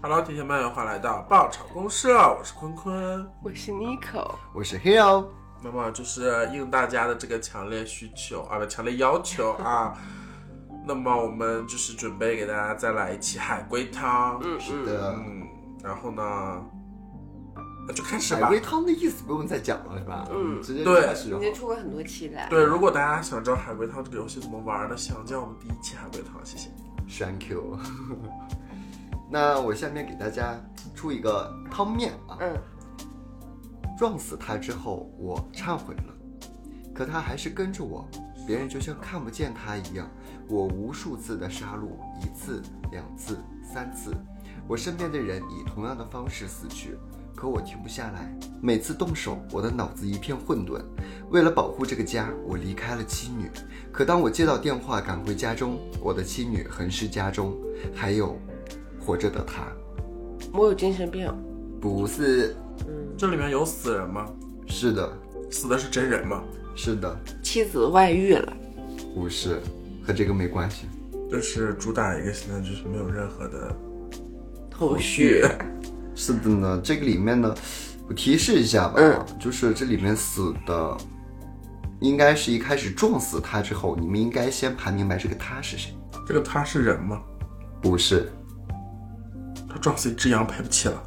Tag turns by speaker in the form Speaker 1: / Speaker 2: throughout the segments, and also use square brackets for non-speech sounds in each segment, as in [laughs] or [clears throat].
Speaker 1: Hello，提前漫游，欢迎来到爆炒公社，我是坤坤。
Speaker 2: 嗯
Speaker 3: 我是 Nico，
Speaker 2: 我是 Hill，
Speaker 1: 那么就是应大家的这个强烈需求啊，不，强烈要
Speaker 2: [laughs]
Speaker 1: 求啊。那么我们就是准备给大家再来一期海龟汤，
Speaker 3: 嗯
Speaker 2: 是
Speaker 3: 嗯，
Speaker 2: 的，哎
Speaker 1: 嗯，然后呢，那就开始
Speaker 2: 海
Speaker 1: 吧
Speaker 2: 龟。汤的意思不用再讲了，是吧？
Speaker 3: 嗯
Speaker 2: 直接
Speaker 1: 对
Speaker 2: 开始
Speaker 3: 已经出过很多期了。
Speaker 1: 对，如果大家想知道海龟汤这个游戏怎么玩呢，想见我们第一期海龟汤，谢谢。
Speaker 2: Thank you。那我下面给大家出一个汤面啊，
Speaker 3: 嗯，
Speaker 2: 撞死他之后，我忏悔了，可他还是跟着我，别人就像看不见他一样。我无数次的杀戮，一次、两次、三次，我身边的人以同样的方式死去，可我停不下来。每次动手，我的脑子一片混沌。为了保护这个家，我离开了妻女。可当我接到电话赶回家中，我的妻女横尸家中，还有活着的他，
Speaker 3: 我有精神病。
Speaker 2: 不是，
Speaker 3: 嗯，
Speaker 1: 这里面有死人吗？
Speaker 2: 是的，
Speaker 1: 死的是真人吗？
Speaker 2: 是的，
Speaker 3: 妻子外遇了，
Speaker 2: 不是，和这个没关系。
Speaker 1: 就是主打一个现在就是没有任何的
Speaker 3: 头
Speaker 1: 血
Speaker 3: 绪。，
Speaker 2: 是的呢，这个里面呢，我提示一下吧，就是这里面死的，应该是一开始撞死他之后，你们应该先盘明白这个他是谁，
Speaker 1: 这个他是人吗？
Speaker 2: 不是，
Speaker 1: 他撞死一只羊赔不起了。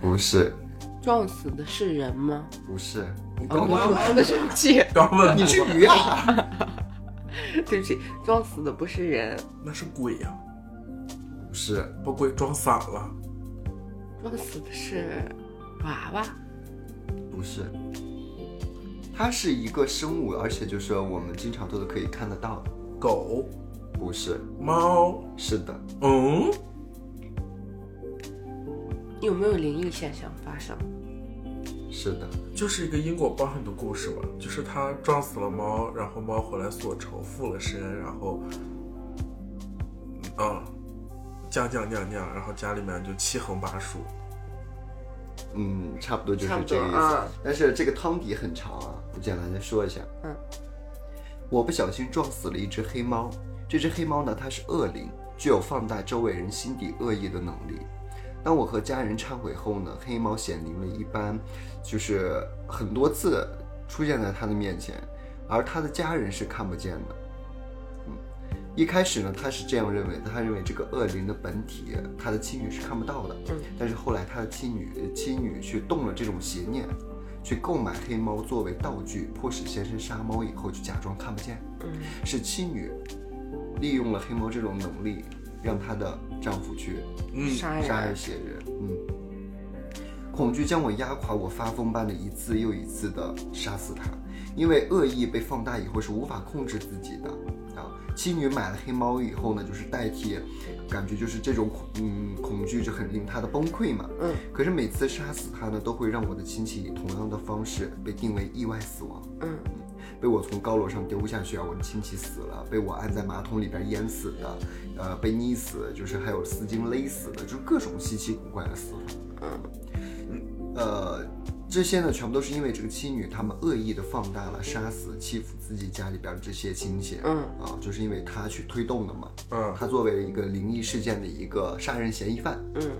Speaker 2: 不是，
Speaker 3: 撞死的是人吗？
Speaker 2: 不是，你
Speaker 3: 哦，
Speaker 2: 刚
Speaker 3: 不
Speaker 2: 刚、
Speaker 3: 是，不是，对不起，
Speaker 1: [laughs] 不要问
Speaker 2: 你
Speaker 1: 我，
Speaker 2: 是鱼啊？
Speaker 3: [laughs] 对不起，撞死的不是人，
Speaker 1: 那是鬼呀、
Speaker 2: 不是，
Speaker 1: 把鬼撞散了。
Speaker 3: 撞死的是娃娃。
Speaker 2: 不是，它是一个生物，而且就是我们经常都是可以看得到的，
Speaker 1: 狗、
Speaker 2: 不是，
Speaker 1: 猫，
Speaker 2: 是的，
Speaker 1: 嗯，
Speaker 3: 有没有灵异现象发生？
Speaker 2: 是的，
Speaker 1: 就是一个因果报应的故事吧。就是他撞死了猫，然后猫回来索仇，附了身，然后，嗯，降降降降，然后家里面就七横八竖。
Speaker 2: 嗯，差不多就是
Speaker 3: 差不
Speaker 2: 这
Speaker 3: 多
Speaker 2: 个意思。
Speaker 3: 啊
Speaker 2: 但是这个汤底很长啊，我简单的说一下。
Speaker 3: 嗯，
Speaker 2: 我不小心撞死了一只黑猫，这只黑猫呢，它是恶灵，具有放大周围人心底恶意的能力。当我和家人忏悔后呢，黑猫显灵了一般，就是很多次出现在他的面前，而他的家人是看不见的。嗯，一开始呢，他是这样认为的，他认为这个恶灵的本体，他的妻女是看不到的。
Speaker 3: 嗯，
Speaker 2: 但是后来他的妻女妻女去动了这种邪念，去购买黑猫作为道具，迫使先生杀猫以后就假装看不见。
Speaker 3: 嗯，
Speaker 2: 是妻女利用了黑猫这种能力，让她的丈夫去
Speaker 1: 嗯，
Speaker 3: 杀人。
Speaker 2: 杀人写人。嗯，恐惧将我压垮，我发疯般的一次又一次的杀死他，因为恶意被放大以后是无法控制自己的。啊，妻女买了黑猫以后呢，就是代替，感觉就是这种恐嗯恐惧就很令她的崩溃嘛。
Speaker 3: 嗯，
Speaker 2: 可是每次杀死他呢，都会让我的亲戚以同样的方式被定为意外死亡。
Speaker 3: 嗯，
Speaker 2: 被我从高楼上丢下去啊，我的亲戚死了，被我按在马桶里边淹死的，呃，被溺死，就是还有丝巾勒死的，就是各种稀奇古怪的死法。嗯，呃，这些呢，全部都是因为这个妻女他们恶意的放大了杀死、欺负自己家里边这些亲戚。
Speaker 3: 嗯
Speaker 2: 啊，就是因为他去推动的嘛。
Speaker 1: 嗯，
Speaker 2: 他作为一个灵异事件的一个杀人嫌疑犯。
Speaker 3: 嗯，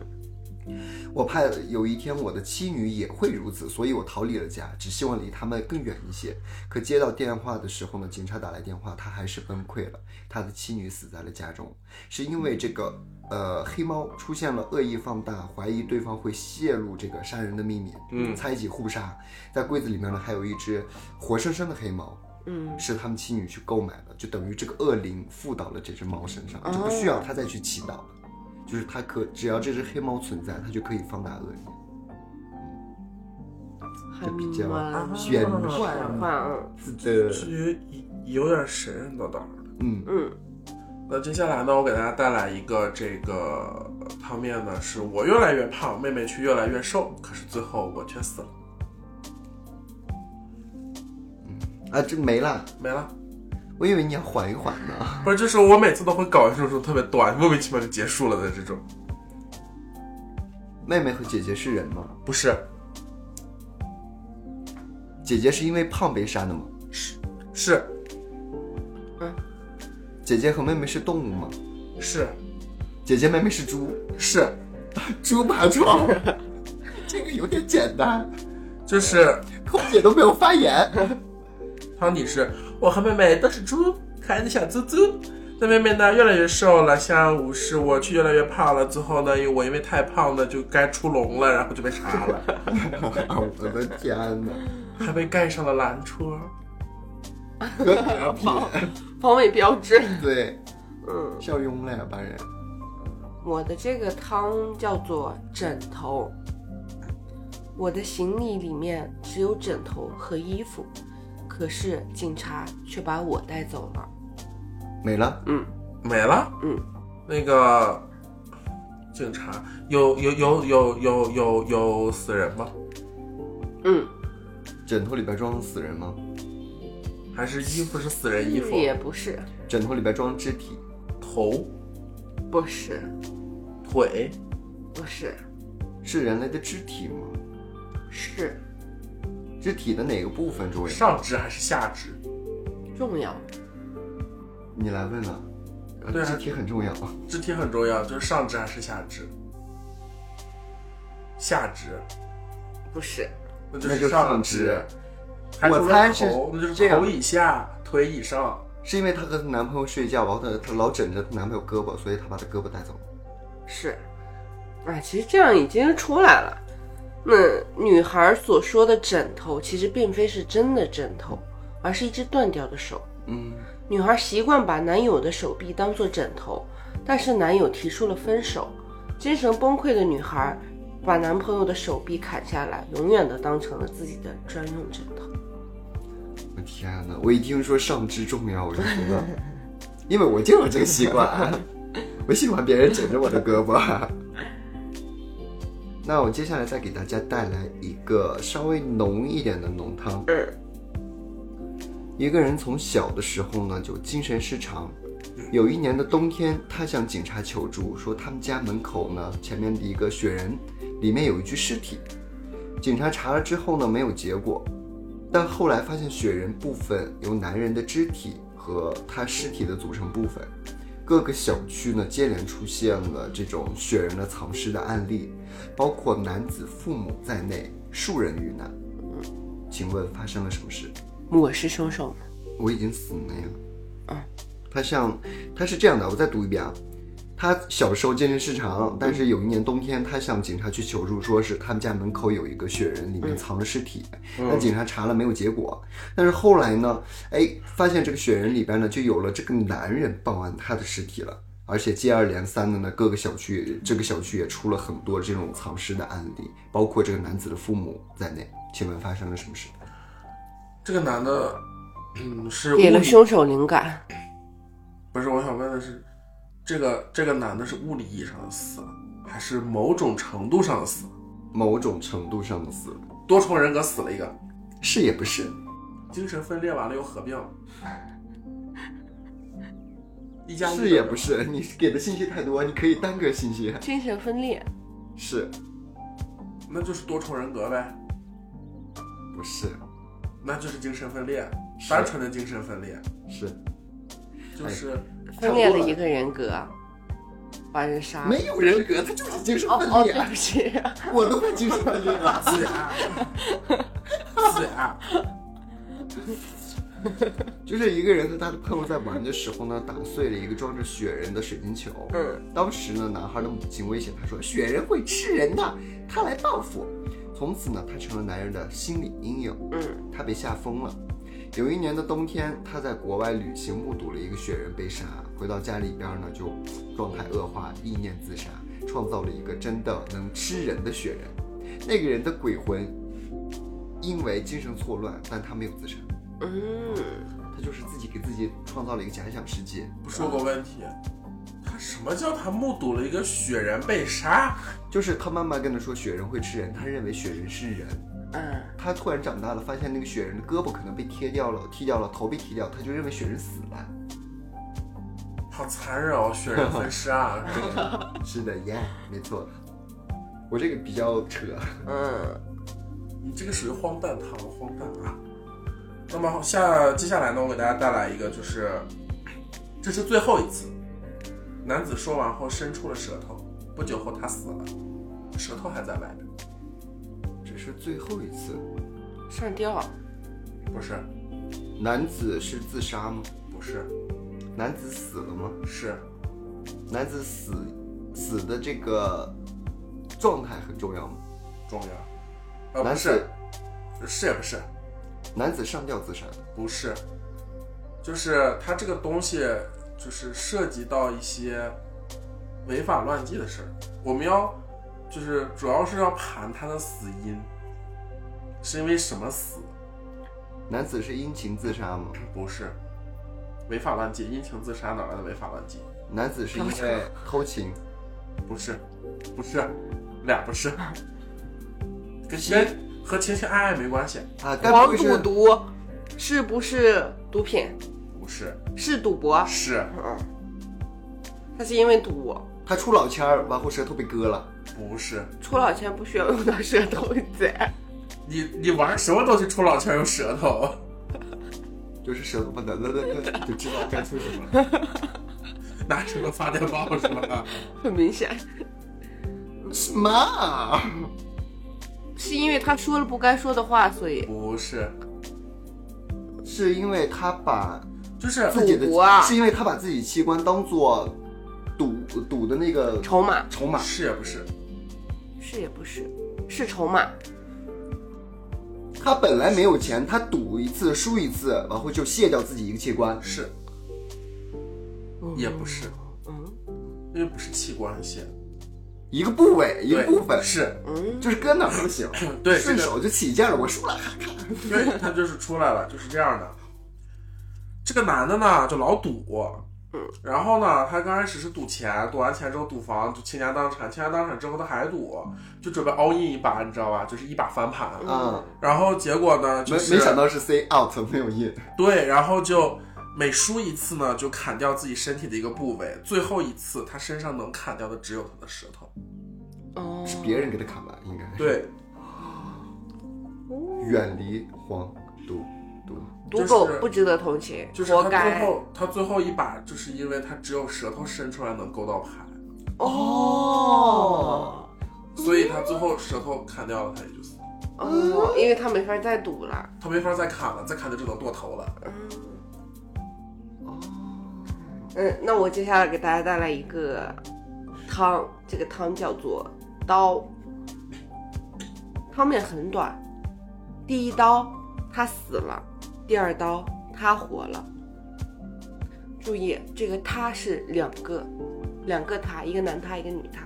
Speaker 2: 我怕有一天我的妻女也会如此，所以我逃离了家，只希望离他们更远一些。可接到电话的时候呢，警察打来电话，他还是崩溃了，他的妻女死在了家中，是因为这个呃黑猫出现了恶意放大，怀疑对方会泄露这个杀人的秘密，嗯，猜忌互杀。在柜子里面呢，还有一只活生生的黑猫。
Speaker 3: 嗯，
Speaker 2: 是他们妻女去购买的，就等于这个恶灵附到了这只猫身上，就不需要他再去祈祷了。就是它可只要这只黑猫存在，它就可以放大恶灵，
Speaker 3: 还
Speaker 2: 这比较
Speaker 3: 嗯
Speaker 2: 啊
Speaker 1: 啊
Speaker 3: 蛮
Speaker 2: 玄
Speaker 3: 玄
Speaker 2: 幻。
Speaker 3: 幻。嗯
Speaker 2: 是的，
Speaker 1: 是有有点神神叨叨的。
Speaker 2: 嗯，
Speaker 3: 嗯
Speaker 1: 那接下来呢，我给大家带来一个这个呃汤面呢，是我越来越胖，妹妹却越来越瘦，可是最后我却死了，
Speaker 2: 啊，这没了，
Speaker 1: 没了。
Speaker 2: 我以为你要缓一缓呢。
Speaker 1: 不是，就是我每次都会搞一种这种特别短，莫名其妙就结束了的这种。
Speaker 2: 妹妹和姐姐是人吗？
Speaker 1: 不是，
Speaker 2: 姐姐是因为胖被杀的吗？
Speaker 1: 是
Speaker 3: 嗯，
Speaker 2: 姐姐和妹妹是动物吗？
Speaker 1: 是
Speaker 2: 姐姐妹妹是猪，
Speaker 1: 是，
Speaker 2: 猪爬窗，这个有点简单，
Speaker 1: 就是
Speaker 2: 空姐都没有发 [laughs] 言。
Speaker 1: 汤底是我和妹妹都是猪，可爱的小猪猪。那妹妹呢，越来越瘦了，相安无事；我却越来越胖了。最后呢，因为我因为太胖了，就该出笼了，然后就被杀了，
Speaker 2: 啊我的天 [laughs] 哪，
Speaker 1: 还被盖上了蓝戳。
Speaker 2: 和嗝屁，
Speaker 3: 防伪标志。
Speaker 2: 对，
Speaker 3: 嗯，
Speaker 2: 笑晕了呀，把人。
Speaker 3: 我的这个汤叫做枕头。我的行李里面只有枕头和衣服，可是警察却把我带走了。
Speaker 2: 没了，
Speaker 3: 嗯，
Speaker 1: 没了。
Speaker 3: 嗯，
Speaker 1: 那个警察有有有有有有有死人吗？
Speaker 3: 嗯，
Speaker 2: 枕头里边装死人吗？
Speaker 1: 还是衣服是死人衣服？
Speaker 3: 也嗯不是，
Speaker 2: 枕头里边装肢体，
Speaker 1: 头、
Speaker 3: 不是，
Speaker 1: 腿、
Speaker 3: 不是，
Speaker 2: 是人类的肢体吗？
Speaker 3: 是
Speaker 2: 肢体的哪个部分？诸位，
Speaker 1: 上肢还是下肢？
Speaker 3: 重要。
Speaker 2: 你来问啊。呃
Speaker 1: 对啊
Speaker 2: 肢体很重要。
Speaker 1: 肢体很重要，就是上肢还是下肢？下肢，
Speaker 3: 不是，
Speaker 1: 那就
Speaker 2: 那就是上
Speaker 1: 上
Speaker 2: 肢
Speaker 1: 肢。还除
Speaker 2: 我
Speaker 1: 了
Speaker 2: 猜是
Speaker 1: 头那就
Speaker 2: 这
Speaker 1: 是
Speaker 2: 样
Speaker 1: 头以下，腿以上。
Speaker 2: 是因为她和她男朋友睡觉，然后她她老枕着她男朋友胳膊，所以她把她胳膊带走了。
Speaker 3: 是。啊，其实这样已经出来了。那女孩所说的枕头，其实并非是真的枕头，而是一只断掉的手。
Speaker 2: 嗯，
Speaker 3: 女孩习惯把男友的手臂当做枕头，但是男友提出了分手。精神崩溃的女孩把男朋友的手臂砍下来，永远的当成了自己的专用枕头。
Speaker 2: 我嗯天哪！我一听说上肢重要，我就觉得， [laughs] 因为我就有这个习惯， [laughs] 我喜欢别人枕着我的胳膊。 [laughs] 那我接下来再给大家带来一个稍微浓一点的浓汤。
Speaker 3: 嗯
Speaker 2: 一个人从小的时候呢就精神失常。有一年的冬天，他向警察求助，说他们家门口呢前面的一个雪人里面有一具尸体。警察查了之后呢没有结果，但后来发现雪人部分由男人的肢体和他尸体的组成部分。各个小区呢接连出现了这种雪人的藏尸的案例，包括男子父母在内数人遇难。请问发生了什么事？
Speaker 3: 我是凶手吗？
Speaker 2: 我已经死了呀。
Speaker 3: 啊，
Speaker 2: 他像他是这样的，我再读一遍啊。他小时候精神失常，但是有一年冬天，他向警察去求助，说是他们家门口有一个雪人，里面藏着尸体。那警察查了没有结果，但是后来呢，哎，发现这个雪人里边呢就有了这个男人报案他的尸体了，而且接二连三的呢，各个小区这个小区也出了很多这种藏尸的案例，包括这个男子的父母在内。请问发生了什么事？
Speaker 1: 这个男的，嗯，是物
Speaker 3: 给了
Speaker 1: 理
Speaker 3: 凶手灵感。
Speaker 1: 不是，我想问的是，这个这个男的是物理意义上的死，还是某种程度上的死？
Speaker 2: 某种程度上的死，
Speaker 1: 多重人格死了一个，
Speaker 2: 是也不是？
Speaker 1: 精神分裂完了又合
Speaker 2: [laughs]
Speaker 1: 并，一加一
Speaker 2: 是也
Speaker 1: 等于
Speaker 2: 不是？你给的信息太多，你可以单个信息。
Speaker 3: 精神分裂，
Speaker 2: 是
Speaker 1: 那就是多重人格呗，
Speaker 2: 不是？
Speaker 1: 那就是精神分裂，
Speaker 2: 是哎
Speaker 1: 单纯的精神分裂，
Speaker 2: 是
Speaker 1: 就是
Speaker 2: [laughs]
Speaker 3: 分裂了一个人格，把人杀了。
Speaker 2: 没有人格，他就是精神
Speaker 3: 哦
Speaker 2: 分
Speaker 3: 哦，
Speaker 2: 裂。啊
Speaker 3: 对不起，
Speaker 2: 我都快精神分裂了。
Speaker 1: 自然，自
Speaker 2: 啊
Speaker 1: [laughs] 然，
Speaker 2: 就是一个人和他的朋友在玩的时候呢，打碎了一个装着雪人的水晶球。
Speaker 3: 嗯
Speaker 2: 当时呢，男孩的母亲威胁他说：“雪人会吃人的，他来报复。”从此呢，他成了男人的心理阴影。
Speaker 3: 嗯
Speaker 2: 他被吓疯了。有一年的冬天，他在国外旅行，目睹了一个雪人被杀，回到家里边呢，就状态恶化，意念自杀，创造了一个真的能吃人的雪人。那个人的鬼魂因为精神错乱，但他没有自杀，
Speaker 3: 嗯，
Speaker 2: 他就是自己给自己创造了一个假想世界。
Speaker 1: 不是有个问题，他什么叫他目睹了一个雪人被杀？
Speaker 2: 就是他妈妈跟他说雪人会吃人，他认为雪人是人。
Speaker 3: 嗯，
Speaker 2: 他突然长大了，发现那个雪人的胳膊可能被贴掉了，剃掉了，头被剃掉，他就认为雪人死了。
Speaker 1: 好残忍哦，雪人
Speaker 2: [laughs]
Speaker 1: 分尸啊！
Speaker 2: 是的耶没错。我这个比较扯，
Speaker 3: 嗯，
Speaker 1: 你这个属于荒诞汤，荒诞啊。那么下接下来呢，我给大家带来一个，就是这是最后一次。男子说完后伸出了舌头，不久后他死了。舌头还在外面，
Speaker 2: 只是最后一次。
Speaker 3: 上吊，
Speaker 1: 不是，
Speaker 2: 男子是自杀吗？
Speaker 1: 不是，
Speaker 2: 男子死了吗？
Speaker 1: 是
Speaker 2: 男子死死的这个状态很重要吗？
Speaker 1: 重要，呃，不
Speaker 2: 男
Speaker 1: 是
Speaker 2: 子，
Speaker 1: 是也不是，
Speaker 2: 男子上吊自杀的，
Speaker 1: 不是，就是它这个东西就是涉及到一些违法乱纪的事儿，我们要就是主要是要盘他的死因，是因为什么死？
Speaker 2: 男子是殷勤自杀吗？
Speaker 1: 不是，违法乱纪，殷勤自杀哪来的违法乱纪？
Speaker 2: 男子是因 [laughs] 为偷情，
Speaker 1: 不是，不是，俩不是，跟跟和情情爱爱没关系，
Speaker 2: [laughs] 啊，该不
Speaker 3: 黄
Speaker 2: 会
Speaker 3: 赌
Speaker 2: 是
Speaker 3: 毒是不是毒品？
Speaker 1: 不是，
Speaker 3: 是赌博。
Speaker 1: 是
Speaker 3: 嗯，他是因为赌，
Speaker 2: 他出老千儿，然后舌头被割了？
Speaker 1: 不是？
Speaker 3: 出老千不需要用到舌头在。
Speaker 1: 你你玩什么东西出老千用舌头？ [laughs]
Speaker 2: 就是舌头不能 [laughs] 了，那那就知道该做什么了。
Speaker 1: 拿什么发电报是吧？
Speaker 3: [laughs] 很明显，
Speaker 2: [laughs] 什么啊？
Speaker 3: 是因为他说了不该说的话，所以
Speaker 1: 不是，
Speaker 2: 是因为他把
Speaker 1: 就是
Speaker 2: 自己的
Speaker 3: 赌博啊
Speaker 2: 是因为他把自己器官当做赌赌的那个
Speaker 3: 筹码
Speaker 2: 筹码，
Speaker 1: 是也不是，
Speaker 3: 是也不是，是筹码。
Speaker 2: 他本来没有钱，他赌一次输一次，然后就卸掉自己一个器官。
Speaker 1: 是也不是，
Speaker 3: 嗯
Speaker 1: 因为不是器官卸，
Speaker 2: 一个部位，一个
Speaker 1: 对，
Speaker 2: 部分，
Speaker 1: 是，。
Speaker 3: 嗯，
Speaker 2: 就是搁哪儿都行
Speaker 1: 对
Speaker 2: 顺
Speaker 1: 这个
Speaker 2: 手就起劲了，我输了。
Speaker 1: 对，他就是出来了，就是这样的。这个男的呢，就老赌，
Speaker 3: 嗯，
Speaker 1: 然后呢，他刚开始是赌钱，赌完钱之后赌房，就倾家荡产，倾家荡产之后他还赌，就准备 all in 一把，你知道吧？就是一把翻盘。
Speaker 2: 啊、
Speaker 1: 然后结果呢，
Speaker 2: 没
Speaker 1: 就是
Speaker 2: 没想到是 say out 没有 in，
Speaker 1: 对，然后就每输一次呢，就砍掉自己身体的一个部位，最后一次他身上能砍掉的只有他的舌头。
Speaker 3: 哦，
Speaker 2: 是别人给他砍吧？应该是
Speaker 1: 对，
Speaker 2: 远离黄赌毒。
Speaker 3: 赌狗
Speaker 1: 就是
Speaker 3: 不值得同情，
Speaker 1: 就是
Speaker 3: 活
Speaker 1: 他最
Speaker 3: 该。
Speaker 1: 后他最后一把，就是因为他只有舌头伸出来能够到牌，
Speaker 3: 哦
Speaker 1: 所以他最后舌头砍掉了，他也就死了。
Speaker 3: 哦，因为他没法再赌了。
Speaker 1: 他没法再砍了，再砍就只能剁头了。
Speaker 3: 嗯，那我接下来给大家带来一个汤，这个汤叫做刀。汤面很短，第一刀他死了，第二刀他活了。注意，这个他是两个，两个他，一个男他，一个女他，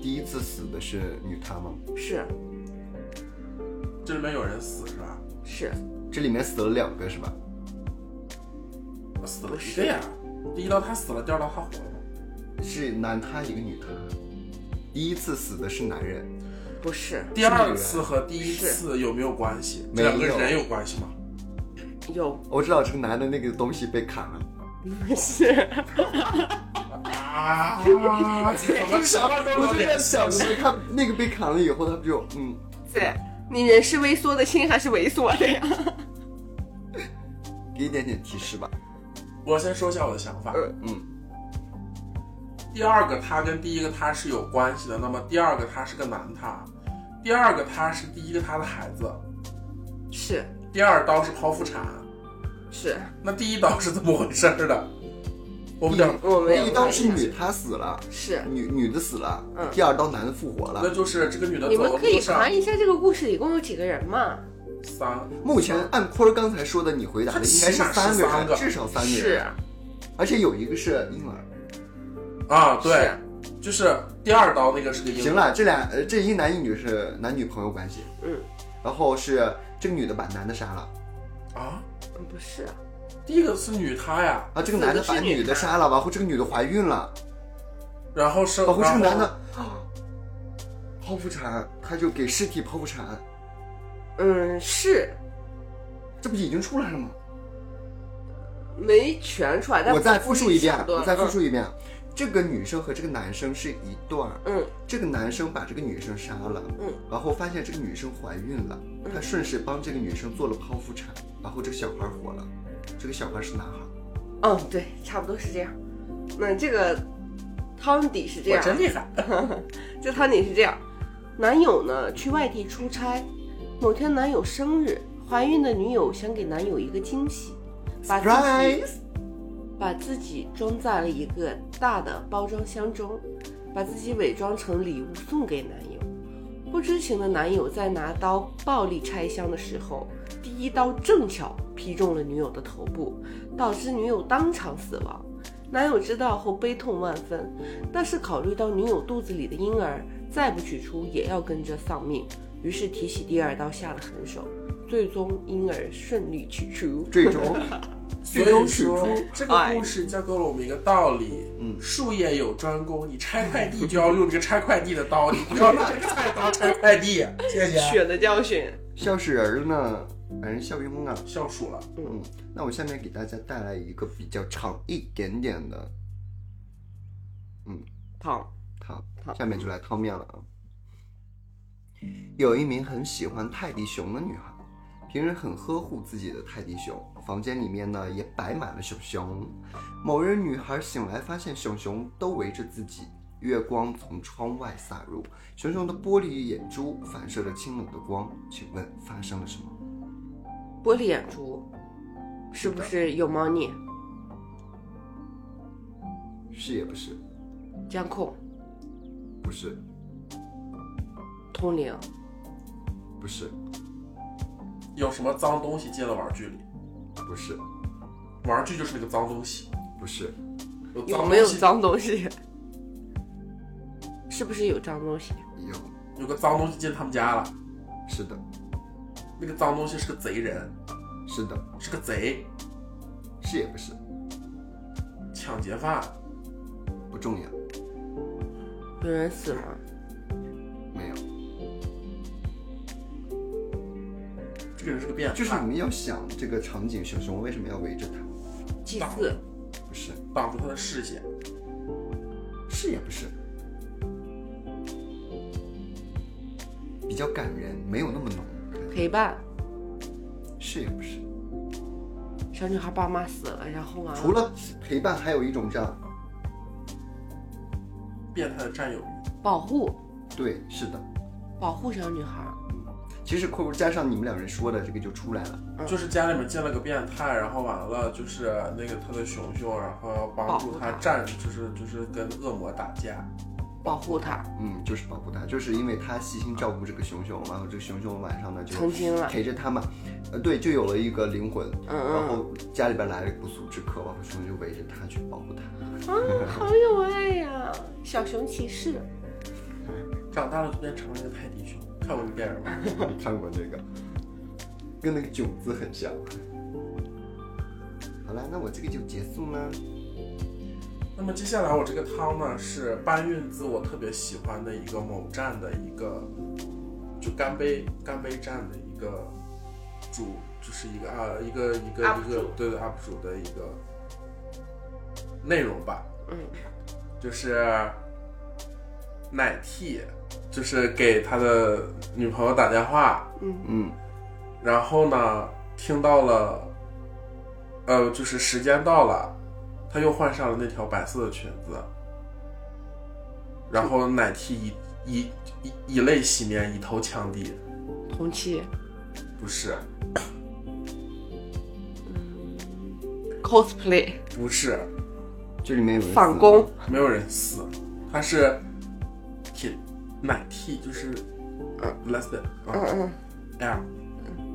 Speaker 2: 第一次死的是女他吗？
Speaker 3: 是
Speaker 1: 这里面有人死是吧？
Speaker 3: 是，
Speaker 2: 这里面死了两个是吧？
Speaker 1: 死了
Speaker 3: 不
Speaker 1: 一
Speaker 3: 是啊
Speaker 1: 个呀，第一刀他死了，第二刀他活了。
Speaker 2: 是男他一个女他。第一次死的是男人，
Speaker 3: 不是
Speaker 1: 第二次和第一次有没有关系？
Speaker 2: 没
Speaker 1: 这
Speaker 2: 有
Speaker 1: 两个人有关系吗？
Speaker 3: 有 [laughs]
Speaker 2: 我知道这个男的那个东西被砍了。
Speaker 3: 是
Speaker 1: 啊！怎么什么都
Speaker 2: 我
Speaker 1: 有
Speaker 2: 就在
Speaker 1: 点
Speaker 2: 想，他那个被砍了以后，他不就嗯，
Speaker 3: 对，你人是微缩的，心还是猥琐的呀？ [laughs]
Speaker 2: 给一点点提示吧。
Speaker 1: 我先说一下我的想法。
Speaker 2: 嗯，
Speaker 1: 第二个他跟第一个他是有关系的，那么第二个他是个男他，第二个他是第一个他的孩子，
Speaker 3: 是
Speaker 1: 第二刀是剖腹产，
Speaker 3: 是，
Speaker 1: 那第一刀是怎么回事儿的？我
Speaker 2: 嗯
Speaker 1: 们等，
Speaker 3: 我们
Speaker 2: 第一刀是女，她死了，
Speaker 3: 是
Speaker 2: 女女的死了，
Speaker 3: 嗯
Speaker 2: 第二刀男的复活
Speaker 1: 那
Speaker 2: 了。
Speaker 1: 就是这个女的
Speaker 3: 你
Speaker 1: 走
Speaker 3: 们
Speaker 1: 的
Speaker 3: 可以
Speaker 1: 路上
Speaker 3: 查一下这个故事一共有几个人嘛？
Speaker 1: 三，
Speaker 2: 目前按坤儿刚才说的，你回答的应该是三个
Speaker 1: 他起码是三
Speaker 2: 人，
Speaker 1: 个
Speaker 2: 至少三个
Speaker 3: 是
Speaker 2: 人，啊而且有一个是婴儿。
Speaker 1: 啊，对，就是第二刀那个是个婴
Speaker 2: 行
Speaker 1: 儿，
Speaker 2: 了，这俩呃，这一男一女是男女朋友关系，
Speaker 3: 嗯，
Speaker 2: 然后是这个女的把男的杀了，
Speaker 1: 啊，
Speaker 3: 嗯不是，
Speaker 1: 第一个是女她呀，
Speaker 2: 啊然后这个男的把女的杀了，然后这个女的怀孕了，
Speaker 1: 然后生，
Speaker 2: 然后这个
Speaker 1: 然后
Speaker 2: 男的啊剖腹产，他就给尸体剖腹产，
Speaker 3: 嗯，是
Speaker 2: 这不已经出来了吗？
Speaker 3: 没全出来，但
Speaker 2: 我再复述一遍，我再复
Speaker 3: 嗯
Speaker 2: 述一遍，这个女生和这个男生是一对儿，
Speaker 3: 嗯
Speaker 2: 这个男生把这个女生杀了，
Speaker 3: 嗯，
Speaker 2: 然后发现这个女生怀孕了，他顺势帮这个女生做了剖腹产，然后这个小孩活了，这个小孩是男孩，
Speaker 3: 哦嗯，对，差不多是这样。那这个汤底是这
Speaker 1: 我
Speaker 3: 样，
Speaker 1: 真厉害，
Speaker 3: 这汤底是这样：男友呢去外地出差，某天男友生日，怀孕的女友想给男友一个惊喜，把自己
Speaker 2: Surprise！
Speaker 3: 把自己装在了一个大的包装箱中，把自己伪装成礼物送给男友。不知情的男友在拿刀暴力拆箱的时候，第一刀正巧劈中了女友的头部，导致女友当场死亡。男友知道后悲痛万分，但是考虑到女友肚子里的婴儿再不取出也要跟着丧命，于是提起第二刀下了狠手，最终婴儿顺利取出。
Speaker 2: 最终
Speaker 1: 所
Speaker 2: 最终
Speaker 1: 以
Speaker 2: 取
Speaker 1: 说
Speaker 2: 出
Speaker 1: 这个故事教给了我们一个道理：
Speaker 2: 嗯
Speaker 1: 术业有专攻，你拆快递就要用这个拆快递的刀，你不要拿这个菜
Speaker 2: [laughs]
Speaker 1: 刀拆快递。谢谢，
Speaker 3: 血的教训，
Speaker 2: 笑死人了呢，让人笑晕了。
Speaker 1: 笑鼠了。
Speaker 2: 啊嗯，那我下面给大家带来一个比较长一点点的
Speaker 3: 烫
Speaker 2: 汤，
Speaker 3: 烫
Speaker 2: 下面就来汤面了啊。有一名很喜欢泰迪熊的女孩，平时很呵护自己的泰迪熊，房间里面呢也摆满了熊熊。某日，女孩醒来发现熊熊都围着自己，月光从窗外洒入，熊熊的玻璃眼珠反射着清冷的光。请问发生了什么？
Speaker 3: 玻璃眼珠，是不是有猫腻？
Speaker 2: 是也不是？
Speaker 3: 监控、
Speaker 2: 不是，
Speaker 3: 通灵、
Speaker 2: 不是，
Speaker 1: 有什么脏东西进了玩具里？
Speaker 2: 不是，
Speaker 1: 玩具就是那个脏东西，
Speaker 2: 不是，
Speaker 1: 有脏
Speaker 3: 有
Speaker 1: 东
Speaker 3: 没有
Speaker 1: 西，
Speaker 3: 脏东西？ [laughs] 是不是有脏东西？
Speaker 2: 有，
Speaker 1: 有个脏东西进他们家了。
Speaker 2: 是的，
Speaker 1: 那个脏东西是个贼人，
Speaker 2: 是的，
Speaker 1: 是个贼，
Speaker 2: 是也不是？
Speaker 1: 抢劫犯。
Speaker 2: 不重要，
Speaker 3: 有人死吗？
Speaker 2: 没有。
Speaker 1: 这个人是个变态，
Speaker 2: 就是你们要想这个场景，小熊为什么要围着他？
Speaker 3: 祭祀、
Speaker 2: 不是，
Speaker 1: 挡住他的视线。
Speaker 2: 是也不是，比较感人，没有那么浓，
Speaker 3: 陪伴，
Speaker 2: 是也不是。
Speaker 3: 小女孩爸妈死了，然后完
Speaker 2: 除
Speaker 3: 了
Speaker 2: 了陪伴，还有一种叫
Speaker 1: 变态的占有欲，
Speaker 3: 保护，
Speaker 2: 对，是的。
Speaker 3: 保护小女孩。
Speaker 2: 其实括弧加上你们两人说的这个就出来了，
Speaker 3: 嗯
Speaker 1: 就是家里面进了个变态，然后完了就是那个他的熊熊，然后要帮助他
Speaker 3: 保护他
Speaker 1: 战，就是就是跟恶魔打架。
Speaker 3: 保护她，
Speaker 2: 嗯，就是保护他，就是因为他细心照顾这个熊熊，然后这个熊熊晚上呢就
Speaker 3: 成精了。
Speaker 2: 陪着他嘛，呃，对，就有了一个灵魂，
Speaker 3: 嗯
Speaker 2: 然
Speaker 3: 嗯，
Speaker 2: 后家里边来了一个不速之客，然后熊熊就围着他去保护他，
Speaker 3: 啊，好有爱呀、小熊骑士，
Speaker 1: 长大了就变成了一个泰迪熊，看过那电影吗？
Speaker 2: 看过这个，跟那个囧字很像。好了，那我这个就结束了。
Speaker 1: 那么接下来我这个汤呢是搬运自我特别喜欢的一个某站的一个，就干杯干杯站的一个主，就是一个啊一个一个
Speaker 3: UP
Speaker 1: 一个
Speaker 3: 主
Speaker 1: 对对 UP 主的一个内容吧，
Speaker 3: 嗯，
Speaker 1: 就是奶 T，就是给他的女朋友打电话，
Speaker 2: 嗯，
Speaker 1: 然后呢，听到了，呃，就是时间到了，他又换上了那条白色的裙子，然后奶涕以以以以泪洗面，以头抢地，
Speaker 3: 同期，
Speaker 1: 不是，
Speaker 3: cosplay [laughs]
Speaker 1: 不是，
Speaker 2: 这里面有人死
Speaker 3: 反
Speaker 2: 了
Speaker 3: 攻，
Speaker 1: 没有人死，他是铁奶涕，就是呃 less than，
Speaker 3: 嗯
Speaker 1: 嗯
Speaker 3: 嗯，
Speaker 1: L，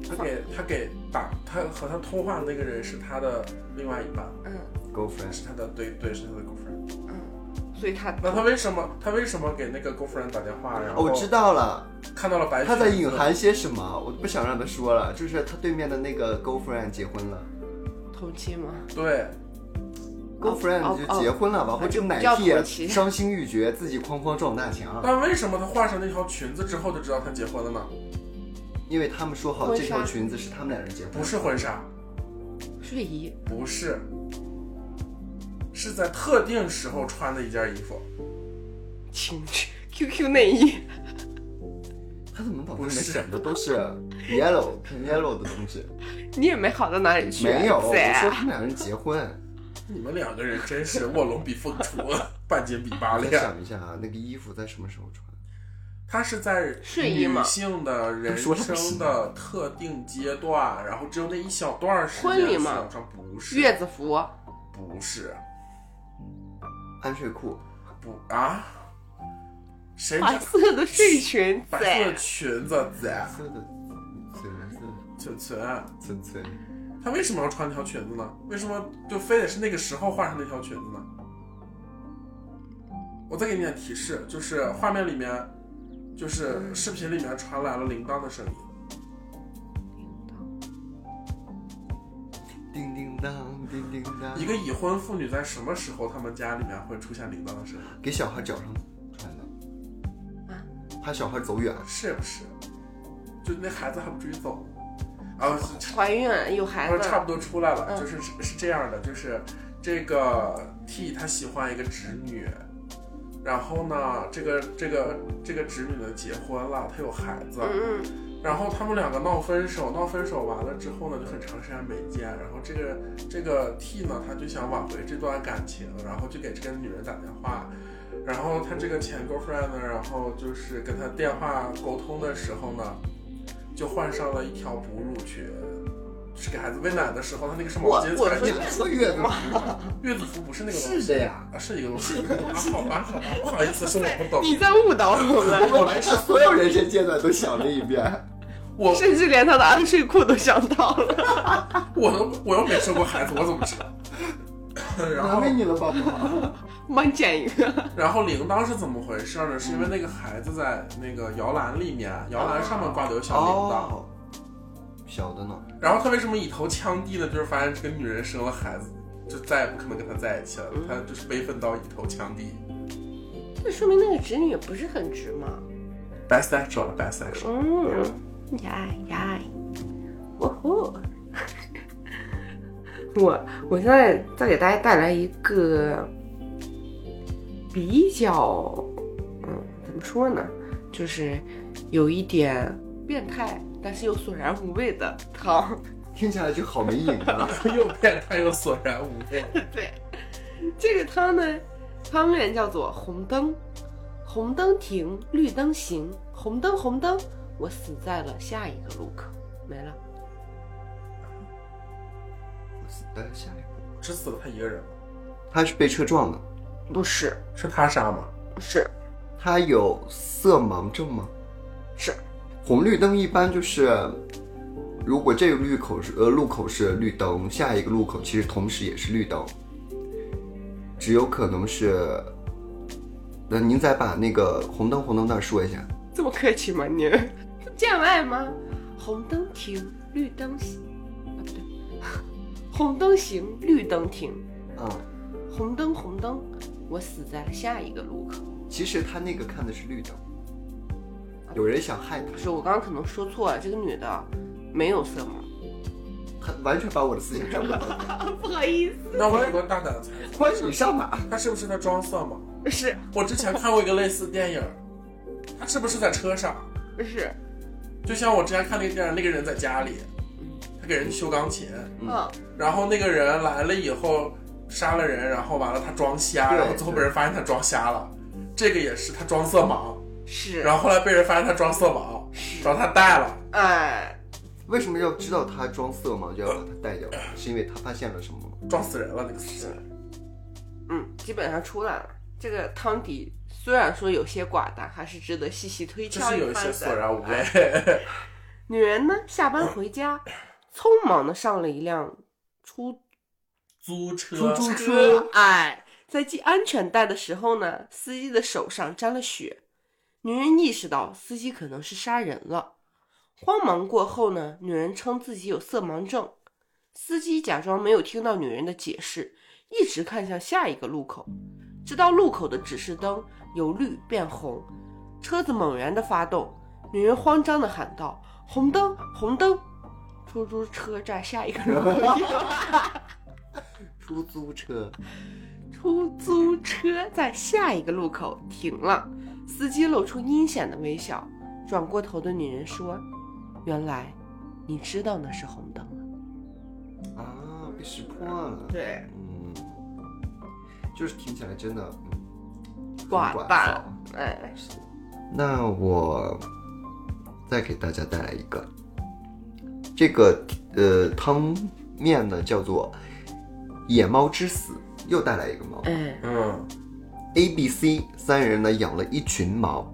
Speaker 1: 他给他给打他和他通话的那个人是他的另外一半，
Speaker 3: 嗯
Speaker 2: ，girlfriend，
Speaker 1: 是他的对对是他的 girlfriend。
Speaker 3: 嗯，所以他
Speaker 1: 那他为什么他为什么给那个 girlfriend 打电话？然
Speaker 2: 哦，
Speaker 1: 后
Speaker 2: 我知道了，
Speaker 1: 看到了白裙子
Speaker 2: 他在隐含些什么，我不想让他说了。就是他对面的那个 girlfriend 结婚了
Speaker 3: 同期吗？
Speaker 1: 对，
Speaker 2: ，girlfriend
Speaker 3: 哦
Speaker 2: 就结婚了吧？或者这个奶
Speaker 3: 叫
Speaker 2: 屁啊
Speaker 3: 同期
Speaker 2: 伤心欲绝，自己哐哐撞大墙，
Speaker 1: 但为什么他换上那条裙子之后就知道他结婚了呢？
Speaker 2: 因为他们说好
Speaker 3: 婚
Speaker 2: 这条
Speaker 3: 纱
Speaker 2: 裙子是他们两人结婚，
Speaker 1: 不是婚纱，
Speaker 3: 睡衣，
Speaker 1: 不是，是在特定时候穿的一件衣服，
Speaker 3: 情趣 QQ 内衣，
Speaker 2: 他怎么把我
Speaker 1: 不
Speaker 2: 们
Speaker 1: 是
Speaker 2: [laughs] 想的都是 yellow 偏 yellow 的东西？
Speaker 3: 你也没好到哪里去啊，
Speaker 2: 没有，我
Speaker 3: 贼
Speaker 2: 说他们两人结婚，
Speaker 1: 你们两个人真是卧龙比凤雏，啊 [laughs] 半斤比八
Speaker 2: 再
Speaker 1: 两。
Speaker 2: 想一下啊，那个衣服在什么时候穿？
Speaker 1: 他是在
Speaker 3: 睡衣
Speaker 1: 女
Speaker 3: 嘛
Speaker 1: 性的人
Speaker 2: 说了不
Speaker 1: 生
Speaker 2: 行
Speaker 1: 的特定阶段，然后只有那一小段儿时间
Speaker 3: 婚礼嘛
Speaker 1: 是要穿，不是
Speaker 3: 月子服，
Speaker 1: 不是
Speaker 2: 安睡裤，
Speaker 1: 不啊，谁
Speaker 3: 白色的睡裙
Speaker 1: 白色的
Speaker 3: 子，
Speaker 1: 裙子
Speaker 2: 白
Speaker 1: 在
Speaker 2: 色的，紫色的，
Speaker 1: 裙裙，
Speaker 2: 纯粹
Speaker 1: 他为什么要穿那条裙子呢？为什么就非得是那个时候换上那条裙子呢？我再给你点提示，就是画面里面，就是视频里面传来了铃铛的声音。
Speaker 2: 叮叮当，叮叮当
Speaker 1: 一，个已婚妇女在什么时候他们家里面会出现铃铛的声音？
Speaker 2: 给小孩脚上穿
Speaker 3: 啊
Speaker 2: 的。怕小孩走远，
Speaker 1: 是不是？就那孩子还不至于走啊？是
Speaker 3: 怀孕了有孩
Speaker 1: 差
Speaker 3: 子，
Speaker 1: 不多出来了，
Speaker 3: 嗯
Speaker 1: 就是是是这样的，就是这个 T 他喜欢一个侄女，然后呢，这个这个这个侄女呢结婚了，她有孩子，
Speaker 3: 嗯嗯，
Speaker 1: 然后他们两个闹分手，闹分手完了之后呢，就很长时间没见。然后这个这个 T 呢，他就想挽回这段感情，然后就给这个女人打电话。然后他这个前 girlfriend 呢，然后就是跟他电话沟通的时候呢，就换上了一条哺乳裙，就是给孩子喂奶的时候，他那个是毛
Speaker 3: 我
Speaker 1: 巾
Speaker 3: 我
Speaker 1: 缠
Speaker 3: 说
Speaker 1: 起
Speaker 3: 这
Speaker 1: 来。
Speaker 2: 坐月子
Speaker 1: 月子服不是那个东西，
Speaker 2: 是的呀。
Speaker 1: 啊，是一个东西。啊，好吧，好吧，不好意思，是我不懂。
Speaker 3: 你在误导我 [laughs] 们，
Speaker 2: 我把他所有人生阶段都想了一遍，
Speaker 1: 我
Speaker 3: 甚至连他的安睡裤都想到了。
Speaker 1: 我都我又没生过孩子，我怎么知道？然
Speaker 2: 难
Speaker 1: 后
Speaker 2: 为你了，宝宝。
Speaker 3: 帮你剪一个，
Speaker 1: 然后铃铛是怎么回事呢？是因为那个孩子在那个摇篮里面，摇篮上面挂的有小铃铛。
Speaker 2: 哦，小的呢？
Speaker 1: 然后他为什么以头枪地呢？就是发现这个女人生了孩子，就再也不可能跟他在一起了。他就是悲愤到以头枪地。
Speaker 3: 这说明那个侄女也不是很直嘛。
Speaker 1: bisexual 了，bisexual。
Speaker 3: 嗯，呀呀，哦吼！ [laughs] 我我现在再给大家带来一个比较，嗯，怎么说呢，就是有一点变态，但是又索然无味的汤。
Speaker 2: 听起来就好没瘾啊！
Speaker 1: 又变态又索然无味。
Speaker 3: 对，这个汤呢，汤面叫做红灯，红灯停，绿灯行，红灯红灯，我死在了下一个路口，没了。
Speaker 2: [laughs] 我死在了下一个，
Speaker 1: 只死了他一个人吗？
Speaker 2: 他是被车撞的，
Speaker 3: 不是，
Speaker 1: 是他杀吗？
Speaker 3: 是
Speaker 2: 他有色盲症吗？
Speaker 3: 是，
Speaker 2: 红绿灯一般就是，如果这个路口是呃路口是绿灯，下一个路口其实同时也是绿灯，只有可能是，那您再把那个红灯红灯那儿说一下，
Speaker 3: 这么客气吗您？见外吗？红灯停，绿灯行，啊不对，红灯行，绿灯停，
Speaker 2: 嗯，
Speaker 3: 红灯红灯，我死在了下一个路口。
Speaker 2: 其实他那个看的是绿灯，有人想害他
Speaker 3: 不，是，我刚刚可能说错了，这个女的没有色盲，
Speaker 2: 他完全把我的思想转 [laughs] 过来了，
Speaker 3: 啊不好意思，
Speaker 1: 那我有个大胆的猜测，
Speaker 2: 关你上哪？
Speaker 1: 他是不是在装色吗？
Speaker 3: 是
Speaker 1: 我之前看过一个类似的电影，他是不是在车上？
Speaker 3: 是，
Speaker 1: 就像我之前看那个电影，那个人在家里，他给人修钢琴，
Speaker 3: 嗯，
Speaker 1: 然后那个人来了以后杀了人，然后完了他装瞎，
Speaker 2: 对
Speaker 1: 然后最后被人发现他装瞎了，这个也是他装色盲，
Speaker 3: 是，
Speaker 1: 然后后来被人发现他装色盲，然后他带了，
Speaker 3: 哎，
Speaker 2: 为什么要知道他装色盲就要把他带掉？是因为他发现了什么吗？
Speaker 1: 撞死人了那个死人。
Speaker 3: 嗯，基本上出来了。这个汤底虽然说有些寡淡，还是值得细细推
Speaker 1: 就
Speaker 3: 敲
Speaker 1: 是有
Speaker 3: 一
Speaker 1: 一
Speaker 3: 番
Speaker 1: 些
Speaker 3: 的。
Speaker 1: 索然无味，
Speaker 3: 女人呢，下班
Speaker 1: [laughs]
Speaker 3: 回家，匆忙的上了一辆出
Speaker 1: 租车，
Speaker 2: 出
Speaker 3: 租
Speaker 2: 租
Speaker 3: 车。哎，在系安全带的时候呢，司机的手上沾了血。女人意识到司机可能是杀人了，慌忙过后呢，女人称自己有色盲症。司机假装没有听到女人的解释，一直看向下一个路口，直到路口的指示灯由绿变红，车子猛然的发动，女人慌张的喊道：“红灯，红灯！”出租车站下一个路口一样
Speaker 2: 出租车，
Speaker 3: 出租车在下一个路口停了，司机露出阴险的微笑，转过头对女人说：“原来你知道那是红灯了。
Speaker 2: 啊，被识破了。
Speaker 3: 对，
Speaker 2: 嗯，就是听起来真的嗯很
Speaker 3: 寡
Speaker 2: 寡
Speaker 3: 淡
Speaker 2: 妇
Speaker 3: 哎，
Speaker 2: 那我再给大家带来一个，这个呃汤面呢叫做“野猫之死”，又带来一个猫。
Speaker 3: 哎，
Speaker 1: 嗯
Speaker 2: A、B、C 三人呢养了一群猫，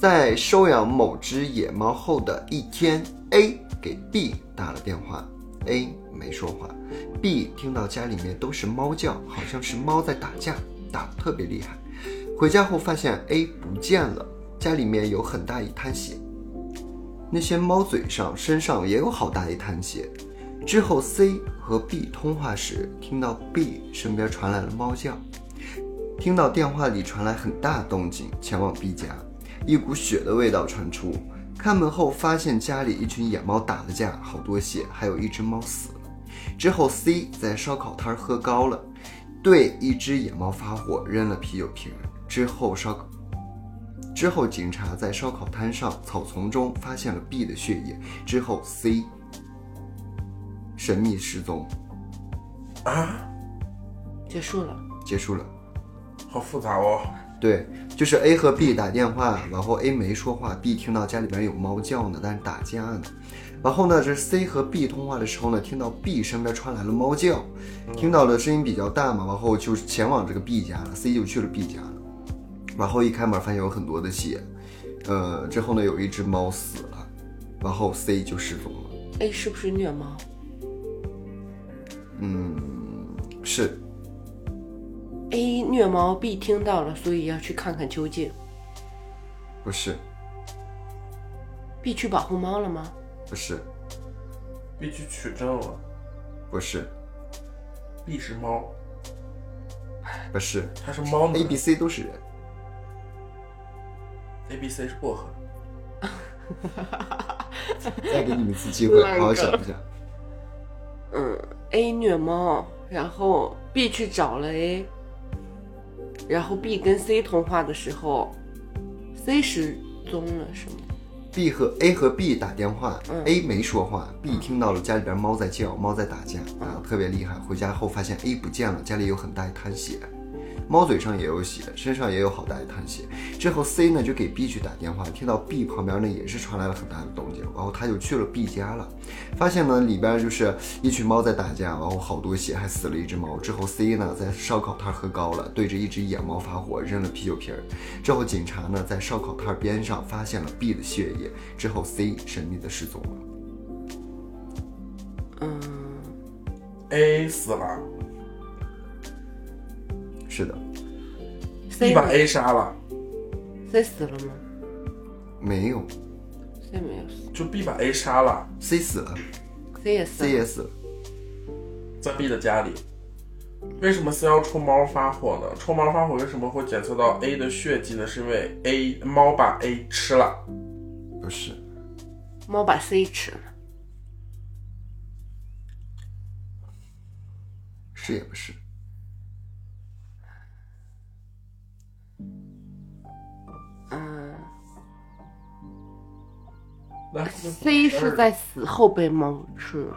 Speaker 2: 在收养某只野猫后的一天，A 给 B 打了电话，A 没说话，B 听到家里面都是猫叫，好像是猫在打架，打得特别厉害。回家后发现 A 不见了，家里面有很大一滩血，那些猫嘴上、身上也有好大一滩血。之后 C 和 B 通话时，听到 B 身边传来了猫叫。听到电话里传来很大动静，前往 B 家，一股血的味道传出。开门后发现家里一群野猫打了架，好多血，还有一只猫死了。之后 C 在烧烤摊儿喝高了，对一只野猫发火，扔了啤酒瓶。之后烧烤之后，警察在烧烤摊上草丛中发现了 B 的血液。之后 C 神秘失踪，
Speaker 1: 啊，
Speaker 3: 结束了。
Speaker 2: 结束了。
Speaker 1: 好复杂哦。
Speaker 2: 对，就是 A 和 B 打电话，然后 A 没说话，B 听到家里边有猫叫呢，但是打架呢。然后呢，这 C 和 B 通话的时候呢，听到 B 身边传来了猫叫，听到了声音比较大嘛，然后就前往这个 B 家了，C 就去了 B 家了。然后一开门发现有很多的血，呃，之后呢有一只猫死了，然后 C 就失踪了。
Speaker 3: A 哎是不是虐猫？
Speaker 2: 是
Speaker 3: A 哎虐猫，B 听到了，所以要去看看究竟。
Speaker 2: 不是？
Speaker 3: B 去保护猫了吗？
Speaker 2: 不是？
Speaker 1: 必去取证了，
Speaker 2: 不是？
Speaker 1: 必是猫，
Speaker 2: 不是
Speaker 1: 它是猫呢
Speaker 2: ？A、B、C 都是人，
Speaker 1: A B C 是薄荷，
Speaker 2: 再给你们一次机会，好好想一想。
Speaker 3: 嗯，A 虐猫，然后 B 去找了 A，然后 B 跟 C 通话的时候，C 失踪了，是吗？
Speaker 2: B 和 A 和 B 打电话、
Speaker 3: 嗯
Speaker 2: a 没说话，B 听到了家里边猫在叫，猫在打架，打得特别厉害。回家后发现 A 不见了，家里有很大一滩血，猫嘴上也有血，身上也有好大一滩血。之后 C 呢就给 B 去打电话，听到 B 旁边呢也是传来了很大的动静，然后他就去了 B 家了，发现呢里边就是一群猫在打架，然后好多血，还死了一只猫。之后 C 呢在烧烤摊喝高了，对着一只野猫发火，扔了啤酒瓶儿。之后警察呢在烧烤摊边上发现了 B 的血液，之后 C 神秘的失踪了。
Speaker 3: 嗯，
Speaker 1: a 死了
Speaker 2: 是的，
Speaker 1: ，B
Speaker 3: C
Speaker 1: 把
Speaker 3: 呢
Speaker 1: A 杀了，
Speaker 3: C 死了吗
Speaker 2: 没有
Speaker 3: ？C 没有死
Speaker 1: 就 B 把 A 杀了，
Speaker 2: C 死了
Speaker 3: ，C 也死
Speaker 2: ，C 也
Speaker 3: 了。
Speaker 2: 死了，
Speaker 1: 在 B 的家里。为什么 C 要冲猫发火呢？冲猫发火为什么会检测到 A 的血迹呢？是因为 A 猫把 A 吃了，
Speaker 2: 不是
Speaker 3: 猫把 C 吃了，
Speaker 2: 是也不是，
Speaker 3: 嗯
Speaker 1: 那
Speaker 3: ，C 是在死后被猫吃了。